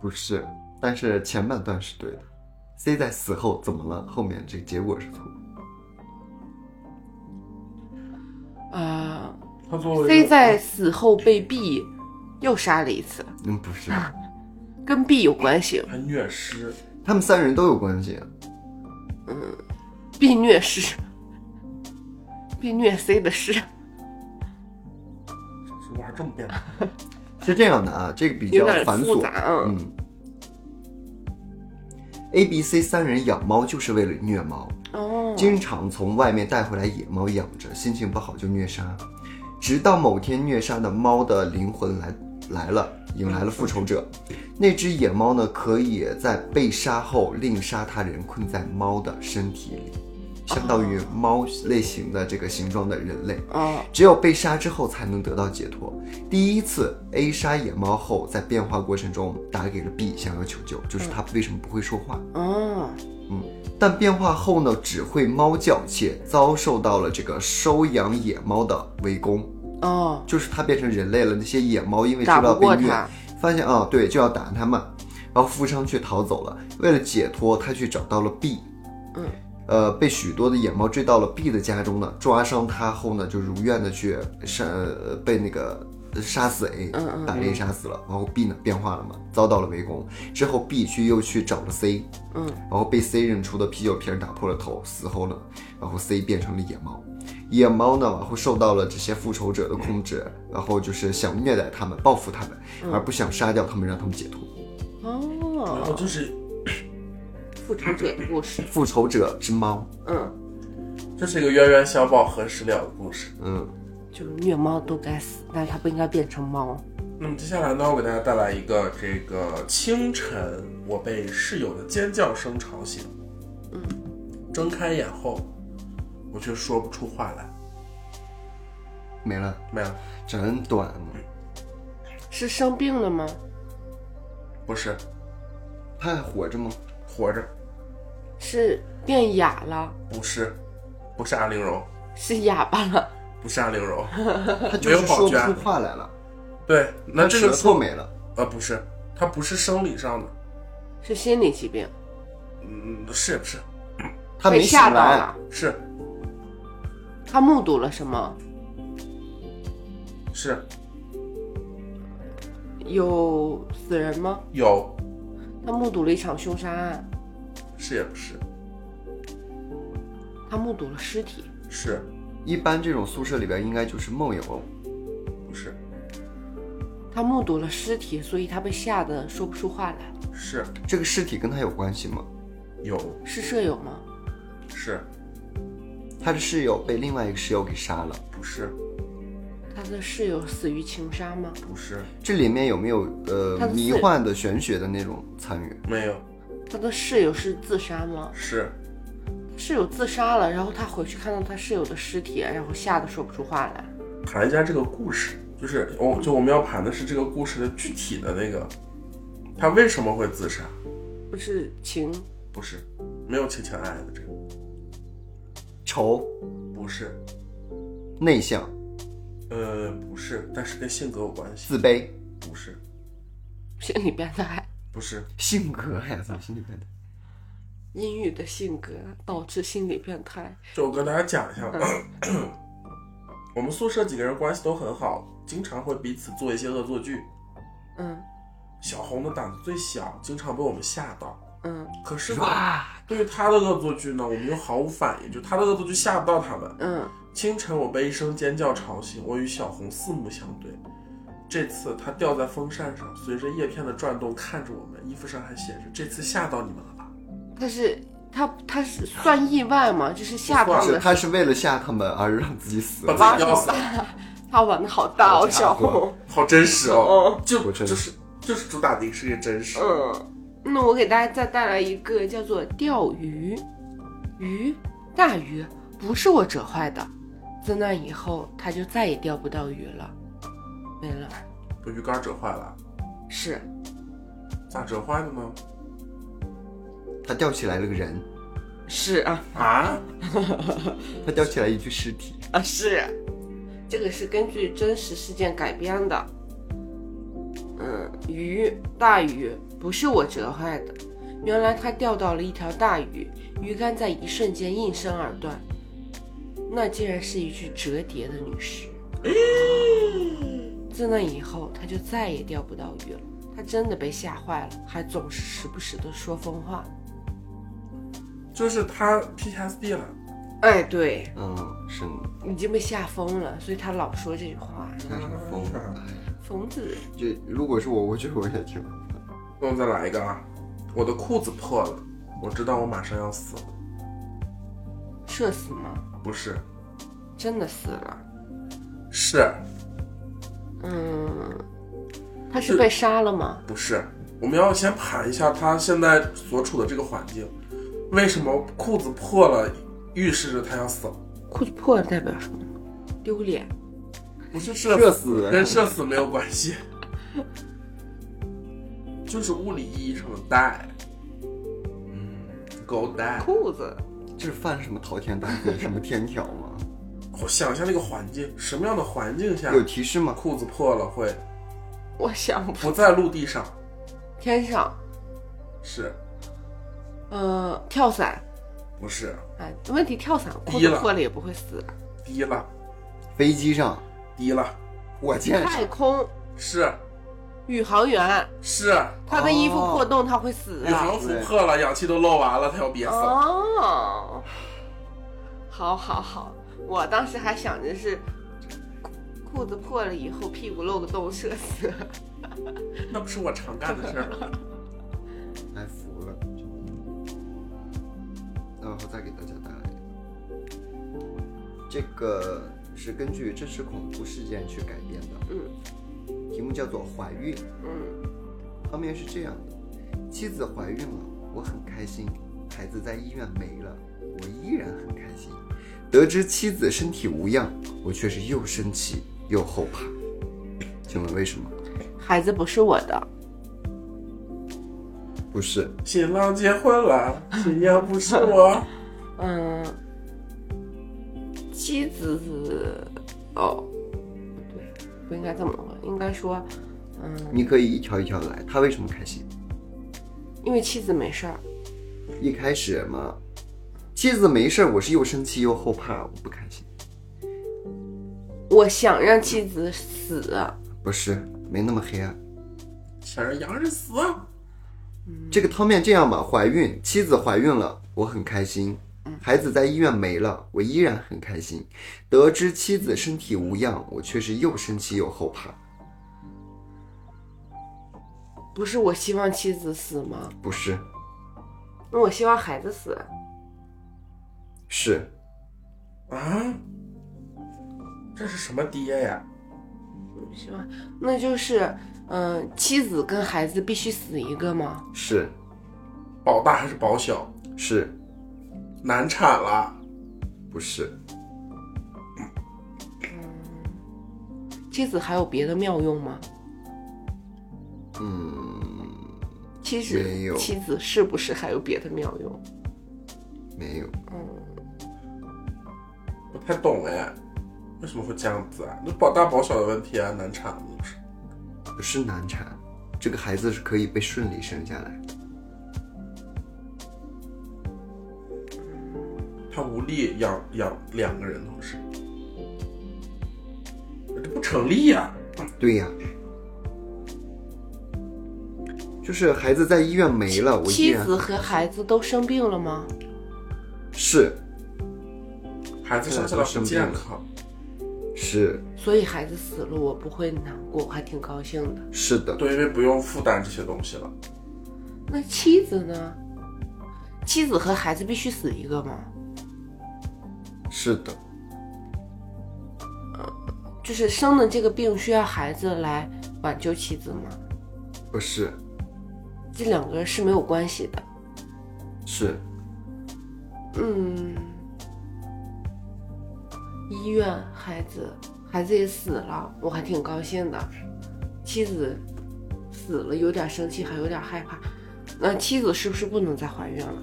Speaker 2: 不是，但是前半段是对的。C 在死后怎么了？后面这个结果是错的。
Speaker 3: 啊、
Speaker 1: 他作为
Speaker 3: c 在死后被 B 又杀了一次，
Speaker 2: 嗯，不是，
Speaker 3: 跟 B 有关系
Speaker 1: 他虐尸，
Speaker 2: 他们三人都有关系。啊
Speaker 3: ，B 虐尸，B 虐 C 的尸，
Speaker 1: 这玩意儿这么变态，
Speaker 2: 是这样的啊，这个比较
Speaker 3: 有点
Speaker 2: 繁
Speaker 3: 复
Speaker 2: 琐
Speaker 3: 杂。啊。
Speaker 2: 嗯，A、B、C 三人养猫就是为了虐猫。
Speaker 3: 哦，
Speaker 2: 经常从外面带回来野猫养着，心情不好就虐杀，直到某天虐杀的猫的灵魂来来了，引来了复仇者。那只野猫呢，可以在被杀后另杀他人，困在猫的身体里，相当于猫类型的这个形状的人类。
Speaker 3: 哦，
Speaker 2: 只有被杀之后才能得到解脱。第一次 A 杀野猫后，在变化过程中打给了 B，想要求救，就是他为什么不会说话。
Speaker 3: 哦，
Speaker 2: 但变化后呢，只会猫叫且遭受到了这个收养野猫的围攻，
Speaker 3: 哦，
Speaker 2: 就是它变成人类了。那些野猫因为知
Speaker 3: 打
Speaker 2: 道
Speaker 3: 不
Speaker 2: 被
Speaker 3: 过
Speaker 2: 虐
Speaker 3: 它，
Speaker 2: 哦发现啊、对，就要打它们。然后富商却逃走了。为了解脱，他去找到了 B，
Speaker 3: 嗯，
Speaker 2: 呃，被许多的眼猫追到了 B 的家中呢，抓伤他后呢，就如愿的去杀、呃被那个杀死 A，
Speaker 3: 嗯嗯
Speaker 2: 把 A 杀死了。然后 B 呢变化了嘛，遭到了围攻。之后 B 去又去找了 C，
Speaker 3: 嗯，
Speaker 2: 然后被 C 认出的啤酒瓶打破了头，死后呢，然后 C 变成了野猫。野猫呢，然后受到了这些复仇者的控制，然后就是想虐待他们、报复他
Speaker 3: 嗯
Speaker 2: 们，而不想杀掉他们，让他们解脱。
Speaker 1: 然后
Speaker 3: 哦，
Speaker 1: 就是
Speaker 3: 复仇者的故事，
Speaker 2: 复仇者之猫，
Speaker 3: 嗯，
Speaker 1: 这是一个冤冤相报何时了的故事。
Speaker 2: 嗯，
Speaker 3: 就是虐猫都该死，但它不应该变成猫。
Speaker 1: 那么接下来呢，我给大家带来一个这个清晨，我被室友的尖叫声吵醒。嗯，睁开眼后，我却说不出话来。
Speaker 2: 没了，
Speaker 1: 没了，
Speaker 2: 真短。
Speaker 3: 是生病了吗？
Speaker 1: 不是
Speaker 2: 他还活着吗？
Speaker 1: 活着，
Speaker 3: 是变哑了？
Speaker 1: 不是，不是安陵容，
Speaker 3: 是哑巴了？ [laughs]
Speaker 1: 不是安陵容。
Speaker 2: 他就
Speaker 1: 没有
Speaker 2: 是
Speaker 1: 保
Speaker 2: 说不
Speaker 1: 全
Speaker 2: 出话来了，
Speaker 1: [laughs] 对，那这个
Speaker 2: 舌头
Speaker 1: 说
Speaker 2: 没了，
Speaker 1: 呃不是，它不是生理上的，
Speaker 3: 是心理疾病？
Speaker 1: 嗯，是不是
Speaker 2: 他没
Speaker 3: 被
Speaker 2: 醒
Speaker 3: 吓到
Speaker 2: 来
Speaker 3: 了，？
Speaker 1: 是
Speaker 3: 他目睹了什么？
Speaker 1: 是
Speaker 3: 有死人吗？
Speaker 1: 有
Speaker 3: 他目睹了一场凶杀案，
Speaker 1: 是也不是
Speaker 3: 他目睹了尸体，
Speaker 1: 是
Speaker 2: 一般这种宿舍里边应该就是梦游，
Speaker 1: 不是
Speaker 3: 他目睹了尸体，所以他被吓得说不出话来。
Speaker 1: 是
Speaker 2: 这个尸体跟他有关系吗？
Speaker 1: 有
Speaker 3: 是舍友吗？
Speaker 1: 是
Speaker 2: 他的室友被另外一个室友给杀了，
Speaker 1: 不是
Speaker 3: 他的室友死于情杀吗？
Speaker 1: 不是
Speaker 2: 这里面有没有呃
Speaker 3: 他的
Speaker 2: 迷
Speaker 3: 室
Speaker 2: 幻的玄学的那种参与？
Speaker 1: 没有
Speaker 3: 他的室友是自杀吗？
Speaker 1: 是
Speaker 3: 室友自杀了，然后他回去看到他室友的尸体，然后吓得说不出话来。
Speaker 1: 盘一下这个故事，就是我、就我们要盘的是这个故事的具体的那个，他为什么会自杀？
Speaker 3: 不是情，
Speaker 1: 不是没有情情爱爱的这个，
Speaker 2: 愁、
Speaker 1: 不是
Speaker 2: 内向、
Speaker 1: 呃不是，但是跟性格有关系，
Speaker 2: 自卑、
Speaker 1: 不是
Speaker 3: 心理变态，
Speaker 1: 不是
Speaker 2: 性格哎呀，怎么心理变态？
Speaker 3: 阴郁的性格导致心理变态。
Speaker 1: 就我跟大家讲一下， [clears throat] 我们宿舍几个人关系都很好，经常会彼此做一些恶作剧。
Speaker 3: 嗯
Speaker 1: 小红的胆子最小，经常被我们吓到。
Speaker 3: 嗯
Speaker 1: 可是呢
Speaker 2: 哇，
Speaker 1: 对于她的恶作剧呢，我们又毫无反应，就她的恶作剧吓不到他们。
Speaker 3: 嗯，
Speaker 1: 清晨，我被一声尖叫吵醒，我与小红四目相对。这次她吊在风扇上，随着叶片的转动看着我们，衣服上还写着“这次吓到你们了吧
Speaker 3: 他是他他是算意外吗？就是吓到
Speaker 1: 不
Speaker 2: 是
Speaker 3: 了
Speaker 2: 他是为了吓他们而让自己死？”，
Speaker 1: 把自己咬死了。
Speaker 3: 他玩的好大
Speaker 2: 好
Speaker 3: 哦，
Speaker 2: 家
Speaker 3: 小
Speaker 2: 伙
Speaker 3: 红。
Speaker 1: 好真实哦，就
Speaker 2: 我真
Speaker 1: 就是就是主打的一个世界真实。
Speaker 3: 嗯，那我给大家再带来一个叫做钓鱼，鱼大鱼不是我折坏的，自那以后他就再也钓不到鱼了，没了。
Speaker 1: 把鱼竿折坏了，
Speaker 3: 是
Speaker 1: 咋折坏的呢？
Speaker 2: 他吊起来了个人，
Speaker 3: 是啊
Speaker 1: 啊？
Speaker 2: 他吊起来一具尸体。
Speaker 3: [laughs] 啊是，这个是根据真实事件改编的。嗯，鱼大鱼不是我折坏的，原来他钓到了一条大鱼，鱼竿在一瞬间应声而断，那竟然是一具折叠的女尸。自那以后，他就再也钓不到鱼了。他真的被吓坏了，还总是时不时的说疯话。
Speaker 1: 就是他 PTSD 了，
Speaker 3: 哎，对，
Speaker 2: 嗯，是，
Speaker 3: 已经被吓疯了，所以他老说这句话。
Speaker 2: 那
Speaker 1: 啊
Speaker 2: 是疯了。哎
Speaker 3: 疯子，
Speaker 2: 这如果是我，我觉得我也挺。
Speaker 1: 那我再来一个啊！我的裤子破了，我知道我马上要死了。
Speaker 3: 社死吗？
Speaker 1: 不是，
Speaker 3: 真的死了？
Speaker 1: 是啊
Speaker 3: 嗯，他是被杀了吗？
Speaker 1: 不是？我们要先盘一下他现在所处的这个环境，为什么裤子破了预示着他要死了？
Speaker 3: 裤子破了代表什么？丢脸。
Speaker 1: 不是
Speaker 2: 社
Speaker 1: 社
Speaker 2: 死
Speaker 1: 跟社死没有关系，就是物理意义上的 die。嗯，go die。
Speaker 3: 裤子，
Speaker 2: 这是犯了什么滔天大罪、什么天条吗？
Speaker 1: 我想一下那个环境，什么样的环境下
Speaker 2: [laughs] 有提示吗？
Speaker 1: 裤子破了会
Speaker 3: 我想不
Speaker 1: 不在陆地上？
Speaker 3: 天上
Speaker 1: 是
Speaker 3: 呃，跳伞，
Speaker 1: 不是
Speaker 3: 哎，问题跳伞裤
Speaker 1: 低
Speaker 3: 子
Speaker 1: 了
Speaker 3: 破了也不会死，
Speaker 1: 低了
Speaker 2: 飞机上
Speaker 1: 低了？
Speaker 2: 我见
Speaker 3: 太
Speaker 2: 识，
Speaker 3: 空
Speaker 1: 是
Speaker 3: 宇航员，
Speaker 1: 是，
Speaker 3: 他的衣服
Speaker 2: 哦
Speaker 3: 破洞他会死啊
Speaker 1: 宇
Speaker 3: 的。
Speaker 1: 航服破了，氧气都漏完了，他要憋死了。
Speaker 3: 哦，好好好，我当时还想着是裤裤子破了以后屁股露个洞射死。
Speaker 1: 那不是我常干的事儿吗。 [laughs]
Speaker 2: 来服了。那我再给大家带来一个，这个是根据真实恐怖事件去改编的，
Speaker 3: 嗯
Speaker 2: 题目叫做《怀孕》。
Speaker 3: 嗯
Speaker 2: 画面是这样的：妻子怀孕了，我很开心；孩子在医院没了，我依然很开心。得知妻子身体无恙，我却是又生气又后怕。请问为什么？，
Speaker 3: 孩子不是我的，
Speaker 2: 不是，
Speaker 1: 新郎结婚了，新娘不是我。
Speaker 3: 嗯，妻子哦，不对，不应该这么问，应该说，嗯，
Speaker 2: 你可以一条一条来。他为什么开心？
Speaker 3: 因为妻子没事儿，
Speaker 2: 一开始嘛，妻子没事儿，我是又生气又后怕，我不开心。
Speaker 3: 我想让妻子死，
Speaker 2: 不是，没那么黑暗。
Speaker 1: 想让洋人死，
Speaker 2: 这个汤面这样吧，怀孕，妻子怀孕了，我很开心。孩子在医院没了，我依然很开心。得知妻子身体无恙，我却是又生气又后怕。
Speaker 3: 不是我希望妻子死吗？
Speaker 2: 不是，
Speaker 3: 那我希望孩子死，
Speaker 2: 是
Speaker 1: 啊？这是什么爹呀？
Speaker 3: 希望那就是，嗯、妻子跟孩子必须死一个吗？
Speaker 2: 是
Speaker 1: 保大还是保小？
Speaker 2: 是，
Speaker 1: 难产了，
Speaker 2: 不是
Speaker 3: 妻子还有别的妙用吗？嗯，妻
Speaker 2: 没有
Speaker 3: 子妻子是不是还有别的妙用？
Speaker 2: 没有，
Speaker 1: 不太懂哎，为什么会这样子啊？那保大保小的问题啊，难产了是
Speaker 2: 不是难产，这个孩子是可以被顺利生下来。
Speaker 1: 他无力养养两个人同时，这不成立呀、
Speaker 2: 对呀、就是孩子在医院没了，我依
Speaker 3: 妻
Speaker 2: 然
Speaker 3: 子和孩子都生病了吗？
Speaker 2: 是
Speaker 1: 孩子生下来不健康，
Speaker 2: 是
Speaker 3: 所以孩子死了，我不会难过，我还挺高兴的。
Speaker 2: 是的，
Speaker 1: 对，因为不用负担这些东西了。
Speaker 3: 那妻子呢？妻子和孩子必须死一个吗？
Speaker 2: 是的，
Speaker 3: 就是生的这个病需要孩子来挽救妻子吗？
Speaker 2: 不是
Speaker 3: 这两个是没有关系的。
Speaker 2: 是
Speaker 3: 嗯，医院孩子，孩子也死了，我还挺高兴的。妻子死了，有点生气，还有点害怕。那妻子是不是不能再怀孕了？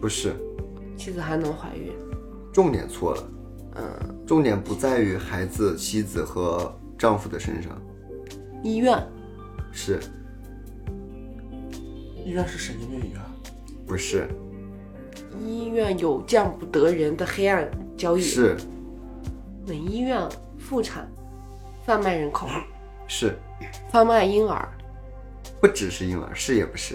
Speaker 2: 不是。
Speaker 3: 妻子还能怀孕？
Speaker 2: 重点错了，嗯，重点不在于孩子、妻子和丈夫的身上，
Speaker 3: 医院
Speaker 2: 是
Speaker 1: 医院是神经病医院，
Speaker 2: 不是？
Speaker 3: 医院有见不得人的黑暗交易，
Speaker 2: 是
Speaker 3: 美医院妇产贩卖人
Speaker 2: [laughs]
Speaker 3: 口，
Speaker 2: 是，
Speaker 3: 贩卖婴儿，
Speaker 2: 不只是婴儿，是也不是？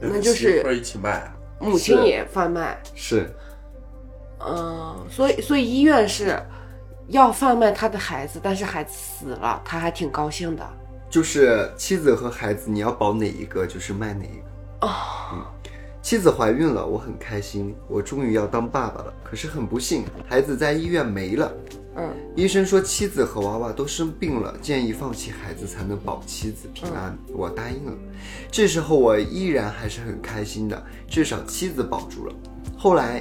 Speaker 3: 那就是
Speaker 1: 媳妇儿一起卖啊。
Speaker 3: 母亲
Speaker 2: 是
Speaker 3: 也贩卖。
Speaker 2: 是
Speaker 3: 嗯，所以所以医院是要贩卖他的孩子，但是孩子死了，他还挺高兴的。
Speaker 2: 就是妻子和孩子，你要保哪一个就是卖哪一个。嗯，妻子怀孕了，我很开心，我终于要当爸爸了。可是很不幸，孩子在医院没了。
Speaker 3: 嗯，
Speaker 2: 医生说妻子和娃娃都生病了，建议放弃孩子才能保妻子平安。我答应了。这时候我依然还是很开心的，至少妻子保住了。后来，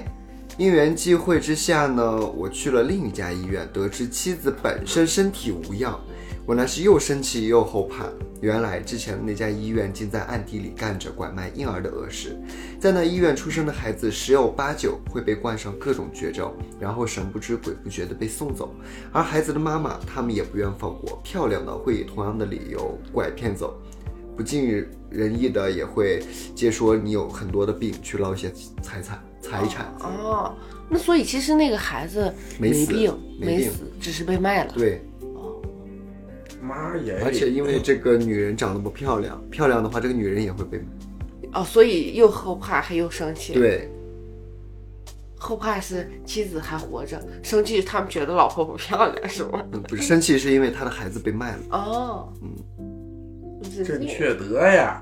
Speaker 2: 因缘际会之下呢，我去了另一家医院，得知妻子本身身体无恙。我那是又生气又后怕。原来之前的那家医院竟在暗地里干着拐卖婴儿的恶事，在那医院出生的孩子十有八九会被冠上各种绝症，然后神不知鬼不觉的被送走。而孩子的妈妈，他们也不愿放过，漂亮的会以同样的理由拐骗走。不尽人意的也会接说你有很多的病，去捞一些财产财产。
Speaker 3: 哦，那所以其实那个孩子
Speaker 2: 没死
Speaker 3: 病，
Speaker 2: 没
Speaker 3: 没
Speaker 2: 病
Speaker 3: 死，只是被卖了。
Speaker 2: 对，
Speaker 1: 妈耶！
Speaker 2: 而且因
Speaker 1: 啊
Speaker 2: 为这个女人长那么漂亮，漂亮的话，这个女人也会被
Speaker 3: 哦，所以又后怕，还又生气。，
Speaker 2: 对
Speaker 3: 后怕是妻子还活着，生气是他们觉得老婆不漂亮，是吗？
Speaker 2: 嗯，不是生气，是因为他的孩子被卖了。
Speaker 3: 哦，是
Speaker 1: 正确得呀。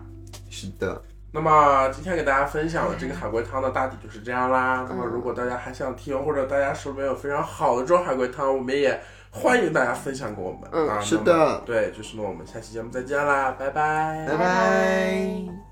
Speaker 2: 是的，
Speaker 1: 那么今天给大家分享的这个海龟汤的大体就是这样啦。那么如果大家还想听，或者大家手边有非常好的这种海龟汤，我们也欢迎大家分享给我们、
Speaker 3: 嗯
Speaker 1: 啊。
Speaker 2: 是
Speaker 1: 那么
Speaker 2: 的
Speaker 1: 对，就是那我们下期节目再见啦，拜拜
Speaker 2: 拜拜